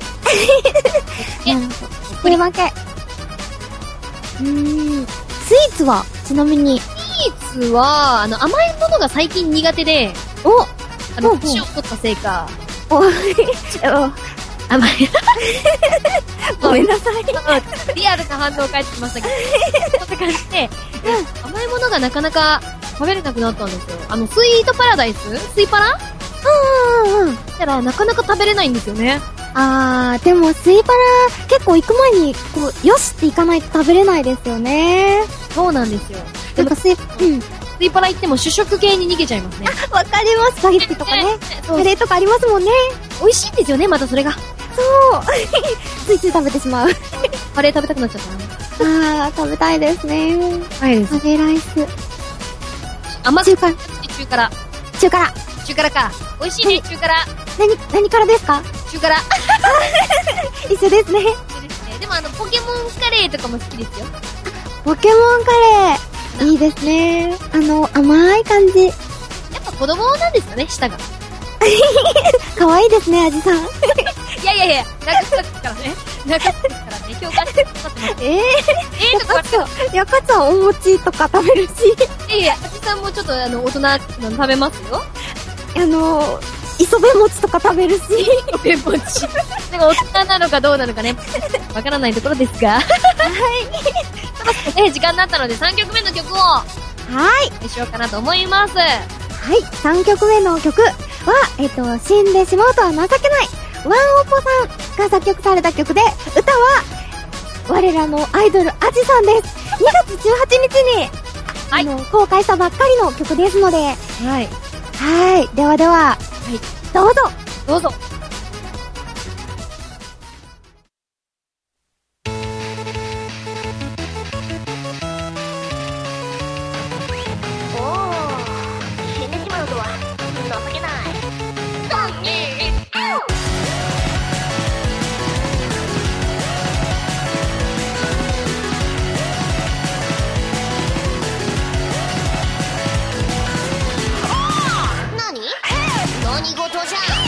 B: え
C: なるほどこれ負け。うーん。スイーツは、ちなみに。
B: スイーツは、あの、甘いものが最近苦手で、
C: お
B: あの、
C: ほうほう
B: 年を取ったせいか、
C: おお
B: 甘 <laughs> い。
C: ごめんなさい。
B: リアルな反応返ってきましたけど、こんな感じで、甘いものがなかなか食べれなくなったんですよ。あの、スイートパラダイススイパラ
C: うんうんうん。
B: したら、なかなか食べれないんですよね。
C: あー、でもスイパラ、結構行く前に、こう、よしって行かないと食べれないですよね。
B: そうなんですよ。
C: なんかスイ、うん。
B: スイパラ行っても主食系に逃げちゃいますね。
C: わかります。スパゲッティとかね。
B: そ
C: カ
B: う
C: レーとかありますもんね。
B: 美味しいんですよね、またそれが。
C: そう。 <laughs> ついつい食べてしまう。
B: カレー食べたくなっちゃったな。
C: <laughs> あー、食べたいですね。
B: はいです。
C: カレーライス。
B: 甘
C: 中
B: く
C: 辛。
B: 中辛。
C: 中辛。
B: 中辛か。美味しいね、中辛。
C: 何、何からですか
B: 中辛。
C: 一
B: そう
C: 緒ですね。
B: ですね。でももあの、ポケモンカレーとかも好きですよ。
C: ポケモンカレー、いいですね。あの、甘い感じ。
B: やっぱ子供なんですかね、舌が。
C: 可愛いですね、味さん。
B: いやいやいや、なくしたから <laughs> ね。なくしたからね、評価してくださってます。
C: ええ
B: ええとこばっかり
C: ー、よかちゃんお餅とか食べるし、
B: いやいや、味さんもちょっとあの、大人なの食べますよ。
C: あの、磯辺餅とか食べるし、
B: ペンポチ。なんか大人なのかどうなのかね、わからないところです <laughs> が。はい。ね、時間になったので3曲目の曲を、
C: はい。
B: しようかなと思います。
C: はい、3曲目の曲は、えっと、死んでしまうとは情けない、ワンオポさんが作曲された曲で、歌は、我らのアイドル、アジさんです。2月18日に、
B: はい
C: あの、公開したばっかりの曲ですので、は
B: はい。
C: い、ではでは、どうぞ
B: どうぞ。
D: 死んでしまうとは情けない3 2 1何何事じゃん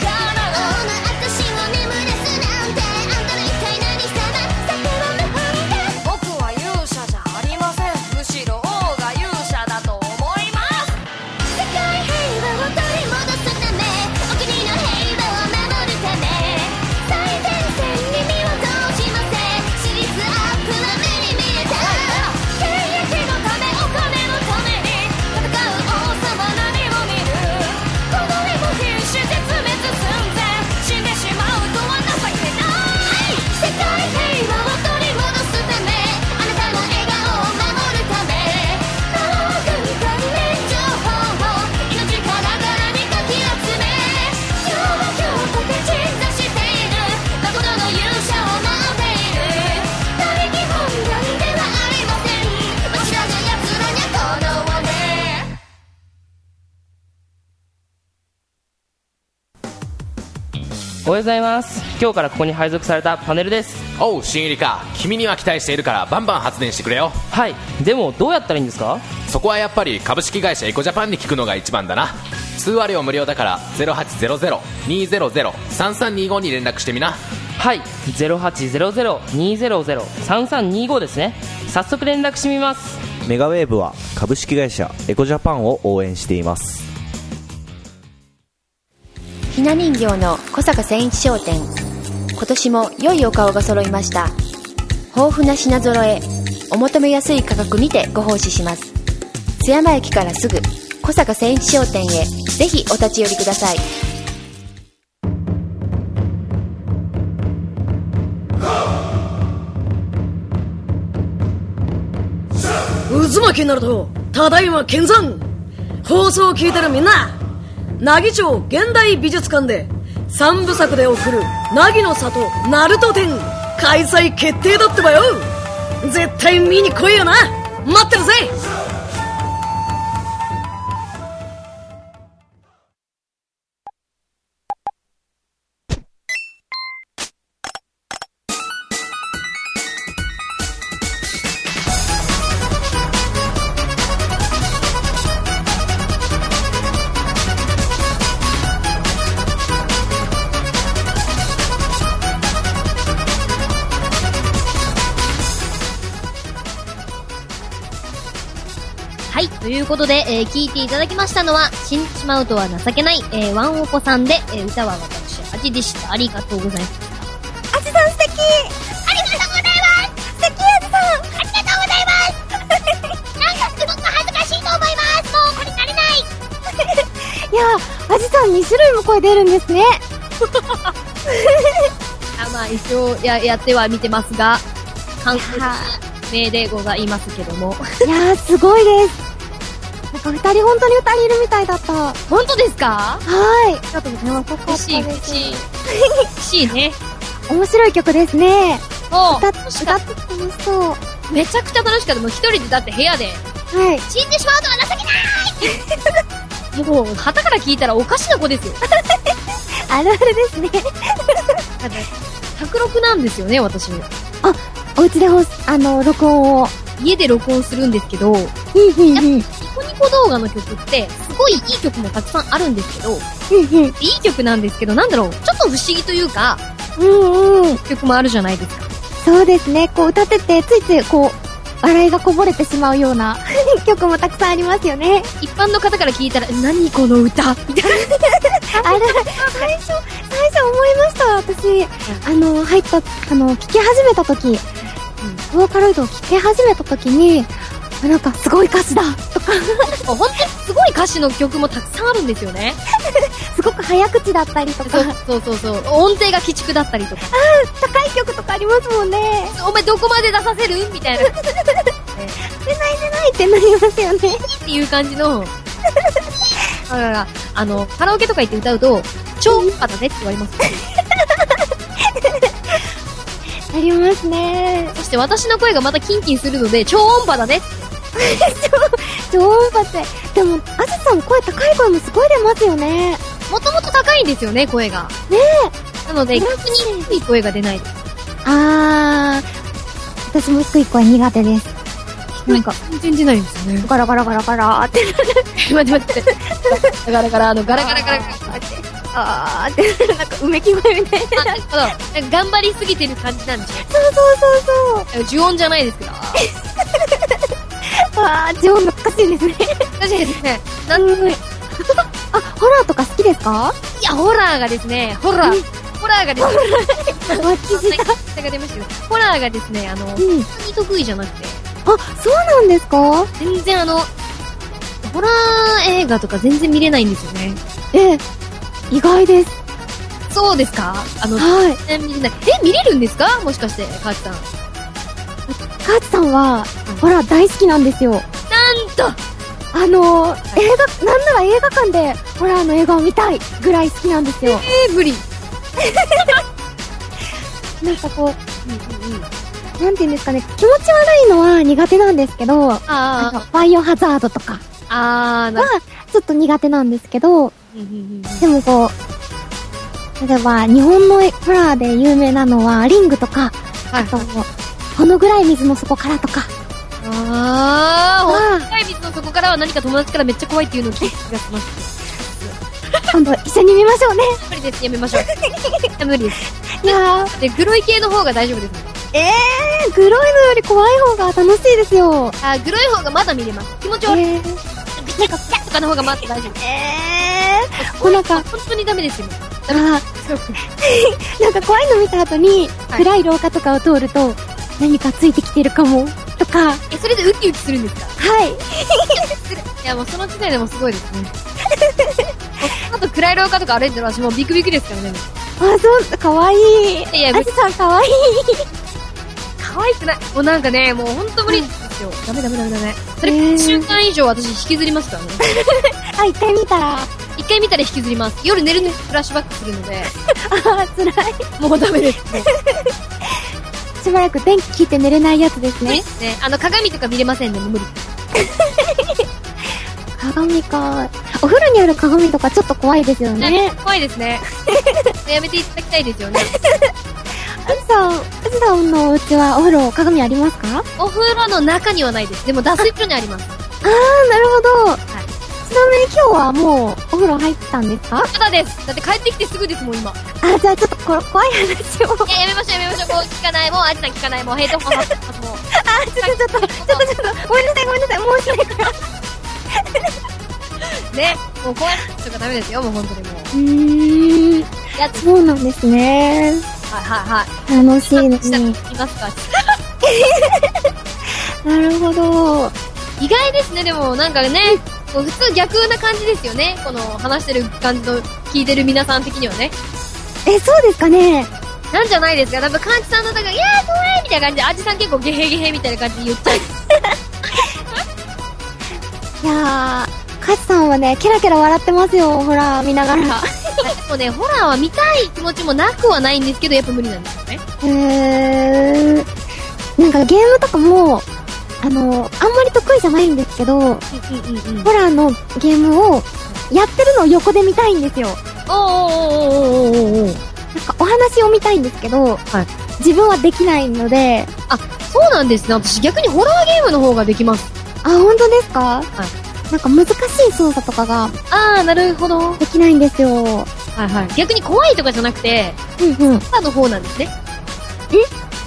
D: Oh,
K: おはようございます今日からここに配属されたパネルです
L: おう新入りか君には期待しているからバンバン発電してくれよ
K: はいでもどうやったらいいんですか
L: そこはやっぱり株式会社エコジャパンに聞くのが一番だな通話料無料だから0800-200-3325に連絡してみな
K: はい0800-200-3325ですね早速連絡してみます
M: メガウェーブは株式会社エコジャパンを応援しています
N: ひな人形の小坂千一商店今年も良いお顔が揃いました豊富な品揃えお求めやすい価格にてご奉仕します津山駅からすぐ小坂千一商店へぜひお立ち寄りください
O: 渦巻きになるとただいま見参放送を聞いてるみんな奈義町現代美術館で三部作で送る「凪の里ナルト展」開催決定だってばよ絶対見に来いよな待ってるぜ
B: はい、ということで、えー聞いていただきましたのは、死んでしまうとは情けない、えーワンオコさんで、えー歌は私、アジでした。ありがとうございました。
D: アジさん素敵ありがとうございます素敵アジさんありがとうございます <laughs> なんかすごく恥ずかしいと思いますもうこれ慣れない
C: <laughs> いやアジさん2種類も声出るんですね。
B: あまあ、一応や、やっては見てますが、韓国名でございますけども。
C: いやー、すごいです。なんか二人本当に二人いるみたいだった。
B: 本当ですか
C: はい。ありがとうございます。よかった
B: 嬉
C: です。
B: しい、嬉しい。嬉しいね。
C: 面白い曲ですね。
B: もう、
C: 歌っ歌って楽しそう。は
B: めちゃくちゃ楽しかった。もう一人でだって部屋で、
C: い。
B: 死んでしまうとは情けないもう、旗から聞いたらおかしな子です <laughs> よ。
C: あるあるですね。
B: 卓録なんですよね、私も。
C: お家でほす、あの、録音を。
B: 家で録音するんですけど、ニ
C: ふんふんふん。
B: コニコ動画の曲って、すごいいい曲もたくさんあるんですけど、
C: ふんふん。
B: いい曲なんですけど、なんだろう、ちょっと不思議というか、
C: うんうん。
B: 曲もあるじゃないですか。
C: そうですね。こう歌ってて、ついついこう、笑いがこぼれてしまうような <laughs> 曲もたくさんありますよね。
B: 一般の方から聞いたら、何この歌みたいな。
C: あれ、最初、最初思いました、私。あの、入った、あの、聞き始めた時、ボーカロイドを聞き始めた時に、あなんかすごい歌詞だとか、
B: もう本当にすごい歌詞の曲もたくさんあるんですよね。
C: すごく早口だったりと
B: そ
C: か
B: う、そうそうそう。音程が鬼畜だったりとか。
C: 高い曲とかありますもん <laughs> ね。
B: お前どこまで出させるみたいな。っ
C: 出ない出ないってなりますよね。
B: ていう感じの。だから、あの、カラオケとか行って歌うと、超音波だねって言われます。
C: なりますね。
B: そして私の声がまたキンキンするので、超音波だね。
C: 超音波って。でも、あずさん声高い声もすごい出ますよね。
B: もともと高いんですよね、声が。
C: ね
B: なので、逆に低い声が出ないです。
C: え。あー、私も低い声苦手です。なんか、
B: 全然出ないんですよね。
C: ガラガラガラガラって、 <laughs>
B: 待って待って。ガラガラ、あの、ガラガラガラガラ。
C: あーって、 <laughs> なんかうめき声みたいな。
B: あなるほどなんか頑張りすぎてる感じなんでし
C: そうそうそう
B: ょ呪音じゃないですけど。
C: そう。あー、超難しいですね。
B: 確かにですね。なんい
C: <laughs> あ、ホラーとか好きですか
B: や、ホラーがですね、ホラ
C: うん
B: ー。ホラーがですね、
C: わ、気づいた。
B: 下が出ましたけど、ホラーがですね、あの、本
C: うん。
B: 当に得意じゃなくて、
C: あ、そうなんですか
B: 全然あの、ホラー映画とか全然見れないんですよね。
C: ええ、意外です。
B: そうですかあの、
C: はい。
B: 全然見れない。え、見れるんですかもしかして、カーチさん。な
C: カーチさんは、ホラー大好きなんですよ。
B: んと
C: あのー、映画、なんなら映画館でホラーの映画を見たいぐらい好きなんですよ。
B: えー、無理。
C: なんかこう、なんていうんですかね、気持ち悪いのは苦手なんですけど、なん
B: あー
C: かバイオハザードとか
B: あー、なる
C: はちょっと苦手なんですけど、
B: ほどうんうんうんうん。
C: でもこう、例えば、日本のホラーで有名なのは、リングとか、あと、このぐらい水の底からとか、
B: あー、北海水のここからは何か友達からめっちゃ怖いっていうのを聞いた気がします。
C: 今度一緒に見ま
B: <laughs>
C: しょうね。
B: 無理です、やめましょう。無理です。いやで、グロい系の方が大丈夫です。
C: <laughs> ええー、グロいのより怖い方が楽しいですよ。
B: あー、グロい方がまだ見れます。気持ち悪い。
C: え
B: ビチャビチャとかの方がまだ大丈夫。
C: えー、もうなんか、
B: 本当にダメですよ。
C: あーなんか怖いの見た後に、暗い廊下とかを通ると、何かついてきてるかも、とか、
B: え、それでウキウキするんですか
C: はい。
B: いや、もうその時点でもすごいですね。あと暗い廊下とか歩いてる私もうビクビクですからね。
C: あ、そう、かわいい。
B: いや、
C: あじさんかわいい。 <laughs>
B: 可愛くない。もうなんかね、もうほんと無理ですよ。ダメダメダメダメ。それ、1週間以上私引きずりますからね。 <laughs>
C: あ、一回見たら。
B: 一回見たら引きずります。夜寝るのにフラッシュバックするので。
C: あー、辛
B: い。もうダメです。ね
C: しばらく電気切って寝れないやつです
B: 無理
C: ね
B: で。すね。あの、鏡とか見れませんね、もう無理。
C: 鏡か。お風呂にある鏡とかちょっと怖いですよね。
B: 怖いです <laughs> ね。やめていただきたいですよね。
C: あじさん、あじさんのお家はお風呂、鏡ありますか
B: お風呂の中にはないです。でも脱水所にあります。
C: あー、なるほど。ちなみに今日はもうお風呂入ったんですか
B: まだです。だって帰ってきてすぐですもん、今。
C: あ、じゃあちょっとこれ怖い話を。
B: いや、やめましょう、やめましょう。もう聞かない。もう、あじさん聞かない。もう、ヘイトホン発発もう。
C: あ、ちょっとちょっと、ちょっとちょっと、ごめんなさいごめんなさい、申し訳ないから。
B: ね。もう、怖い話とかダメですよ、もう、本当にもう。
C: うーん。 <laughs> そうなんですね。
B: はい、はい、はい。
C: 楽しいの
B: 下
C: に。
B: いますか
C: なるほど。
B: 意外ですね、でも、なんかね、こう普通逆な感じですよね。この、話してる感じの、聞いてる皆さん的にはね。
C: え、そうですかね
B: なんじゃないですか。多分、カンチさんの、なんか、いやー、怖いみたいな感じで、あじさん結構ゲヘゲヘみたいな感じで言っちゃう。
C: いやー、カチさんはね、ケラケラ笑ってますよ、ほら、見ながら。
B: でもね、ホラーは見たい気持ちもなくはないんですけど、やっぱ無理なんですよね。
C: へー。なんかゲームとかも、あの、あんまり得意じゃないんですけど、ホラーのゲームを、やってるのを横で見たいんですよ。
B: おーおーおーおーおーおーおー
C: なんかお話を見たいんですけど、自分はできないので、
B: あ、そうなんですね。私逆にホラーゲームの方ができます。
C: あ、本当ですかなんか難しい操作とかが、
B: あー、なるほど。
C: できないんですよ。は
B: はいはい。逆に怖いとかじゃなくて、
C: うんうん。
B: 操作の方なんですね。え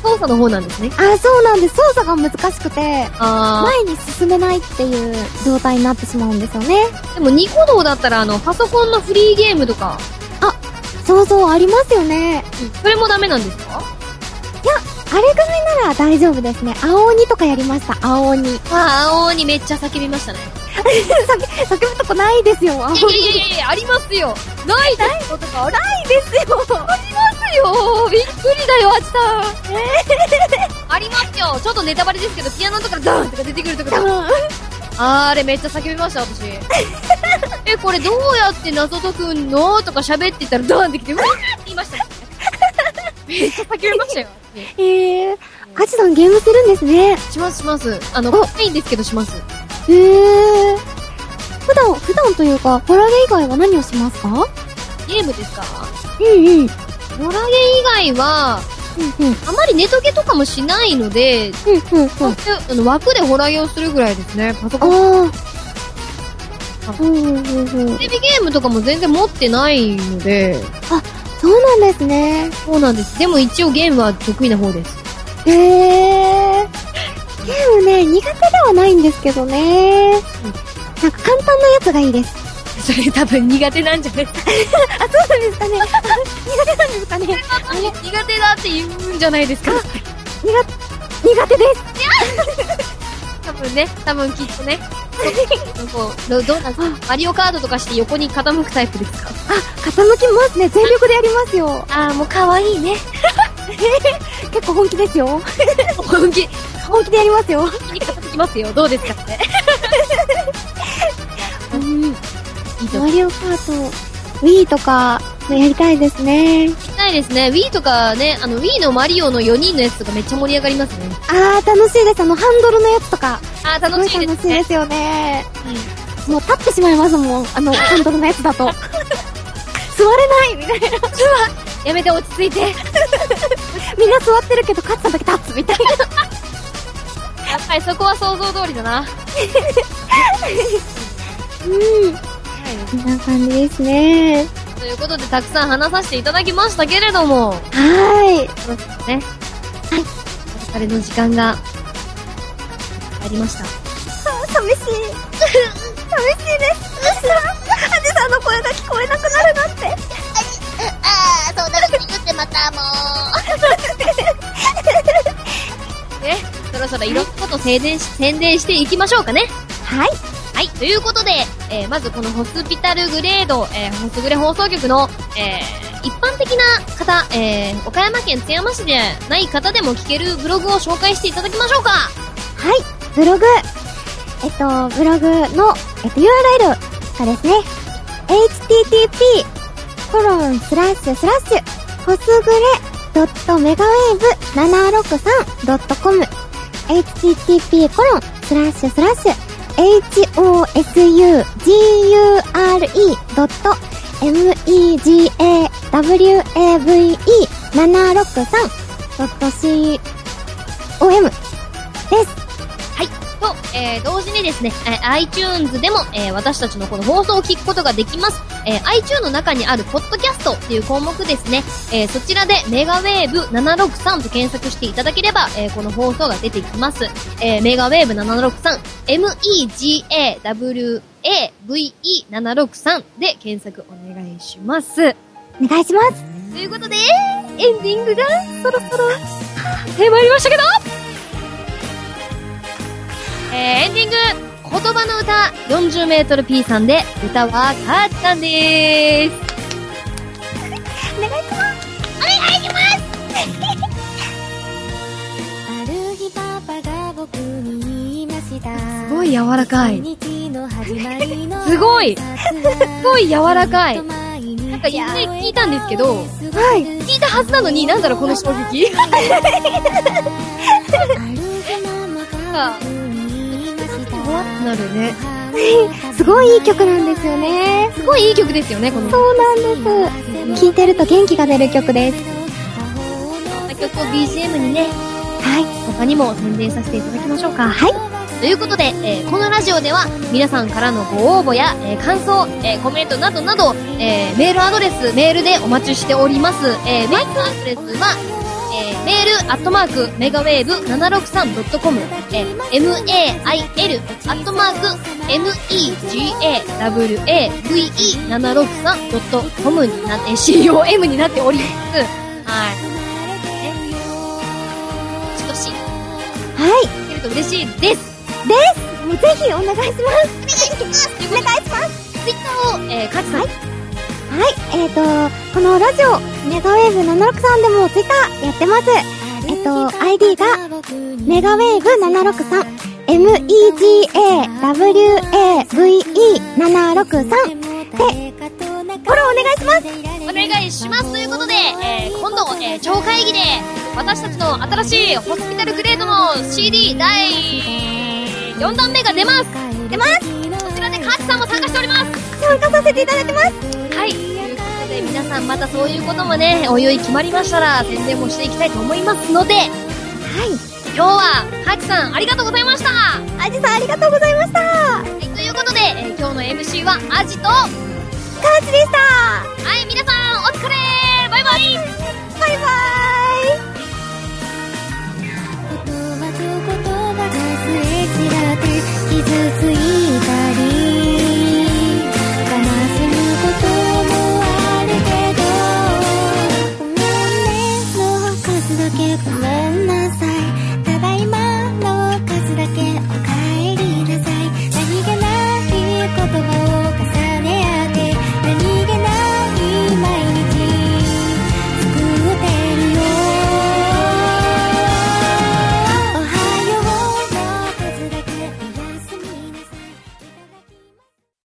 B: 操作の方なんですね。
C: あ、そうなんです。操作が難しくて、
B: あー
C: 前に進めないっていう状態になってしまうんですよね。
B: でもニコ動だったら、あの、パソコンのフリーゲームとか、
C: そうそう、ありますよね。
B: それもダメなんですか
C: いや、あれぐらいなら大丈夫ですね。青鬼とかやりました、青鬼。 <laughs>
B: あー、青鬼めっちゃ叫びましたね。
C: 叫ぶとこないですよ、青
B: <laughs> い
C: 鬼。 <laughs>
B: やいやいやいや、ありますよ。ないですよとか、あり
C: ないですよ。
B: ますよ。びっくりだよ、あじさん。ありますよ。ちょっとネタバレですけど、ピアノとかダーンとか出てくるとか。あれめっちゃ叫びました、 <laughs> 私。え、これどうやって謎解くのとか喋ってたらダーンってきて、うわーって言いま <laughs> した、ね。めっちゃ叫びま <laughs> したよ。
C: えー、アジさんゲームするんですね。
B: しますします。あの、怖いんですけどします。
C: えー。普段、普段というか、ホラゲ以外は何をしますか
B: ゲームですか
C: うんうん。
B: ホラゲ以外は、あまりネトゲとかもしないので、こうやってあの枠でホラゲをするぐらいですね。パソコン。テレビゲームとかも全然持ってないので。
C: あ、そうなんですね。
B: そうなんです。でも一応ゲームは得意な方です。
C: えー。ゲームね、苦手ではないんですけどね。なんか簡単なやつがいいです。
B: <laughs> それ多分苦手なんじゃ <laughs> ない
C: あ、そうなんですかね。苦手なんですかね。
B: 苦手だって言うんじゃないですか。
C: 苦、苦手です。
B: 多分ね、多分きっとね。こう、どどうなんですかマリオカードとかして横に傾くタイプですか
C: 傾きますね。全力でやりますよ。
B: あー、もう可愛いね。
C: <laughs> 結構本気ですよ。
B: <laughs> 本気。
C: 本気でやりますよ。
B: 気に傾きますよ。どうですかって。
C: うん。マリオカート、Wii とか、やりたいですね。
B: ないですね。Wii とかね、あの Wii のマリオの4人のやつとかめっちゃ盛り上がりますね。
C: あー、楽しいです。あの、ハンドルのやつとか。
B: あー、楽しいですね。
C: 楽しいですよね。もう立ってしまいますもん。あの、ハンドルのやつだと。座れないみたいな。やめて落ち着いて。みんな座ってるけど、勝さんだけ立つみたいな。
B: やっぱりそ <laughs> こは想像通りだな。
C: うん。こんな感じですね。
B: ということで、たくさん話させていただきましたけれども。
C: は
B: そうですね。はい。お別れの時間が、ありました。
C: 寂しい。寂しいです。私は、ハジさんの声が聞こえなくなるなんて。
D: ああ、そんなこと言ってまたも
C: <laughs>
B: ね、そろそろいろんなこと宣伝し、宣伝していきましょうかね。
C: はい。
B: はい、ということで、えーまずこのホスピタルグレード、えーホスグレ放送局の、えー一般的な方、えー岡山県津山市でない方でも聞けるブログを紹介していただきましょうか。
C: はい、ブログ。えっと、ブログの、えっと、URL がですね、http, コロンスラッシュスラッシュ、コスグレドットメガウェーブ 763.com、http, コロンスラッシュスラッシュ、hosugure ドット
B: は
C: megawave763.com です。
B: い。と、えー同時にですね、えー iTunes でも、えー私たちのこの放送を聞くことができます。えー iTunes の中にある、ポッドキャストっていう項目ですね。えーそちらで、メガウェーブ763と検索していただければ、えーこの放送が出てきます。えーメガウェーブ763、megawave763 で検索お願いします。
C: お願いします。
B: ということで、エンディングが、そろそろ、迫りましたけどえーエンディング言葉の歌 40mP さんで歌はかーちゃんでーす
D: お願いしますお願いします
J: ある日パパが僕に言いました
B: すごい柔らかいす
C: <laughs>
J: す
B: ごいすごい柔らかいなんか一回聞いたんですけど、聞いたはずなのになんだろうこの衝 <laughs> 撃なんかふわってなるね
C: すごいいい曲なんですよね。
B: すごいいい曲ですよねこの
C: そうなんです。聴いてると元気が出る曲です。
B: 曲を BGM にね、はい、他にも宣伝させていただきましょうか。はい。ということで、えーこのラジオでは皆さんからのご応募や、えー感想、えーコメントなどなど、えーメールアドレス、メールでお待ちしております。えーメールアドレスは、えーメールアットマークメガウェーブ 763.com、えー mail アットマーク megawave763.com になって、えー com になっております。はい。しかしい
C: はい。
B: けれど嬉しいです
C: です。もうぜひお願いしま
B: お
C: す。
B: 願いしますツイッターを、えー、カチさん、
C: はい、えっ、ー、と、このラジオ、メガウェーブ763でもツイッターやってます。えっ、と、ID が、メガウェーブ763、megawave763 で、フォローお願いします。
B: お願いしますということで、えー、今度、えー、超会議で私たちの新しいホスピタルグレードの CD 第4弾目が出ます
C: 出ます。
B: こちらでカチさんも参加しております
C: 参加させていただいてます。
B: はいということで皆さんまたそういうこともねおいおい決まりましたら宣伝もしていきたいと思いますので
C: はい。
B: 今日はカチさんありがとうございましたは
C: アジさんありがとうございました。
B: いということで、えー今日の MC はアジと
C: カーチでした。
B: はい、皆さん、お疲れ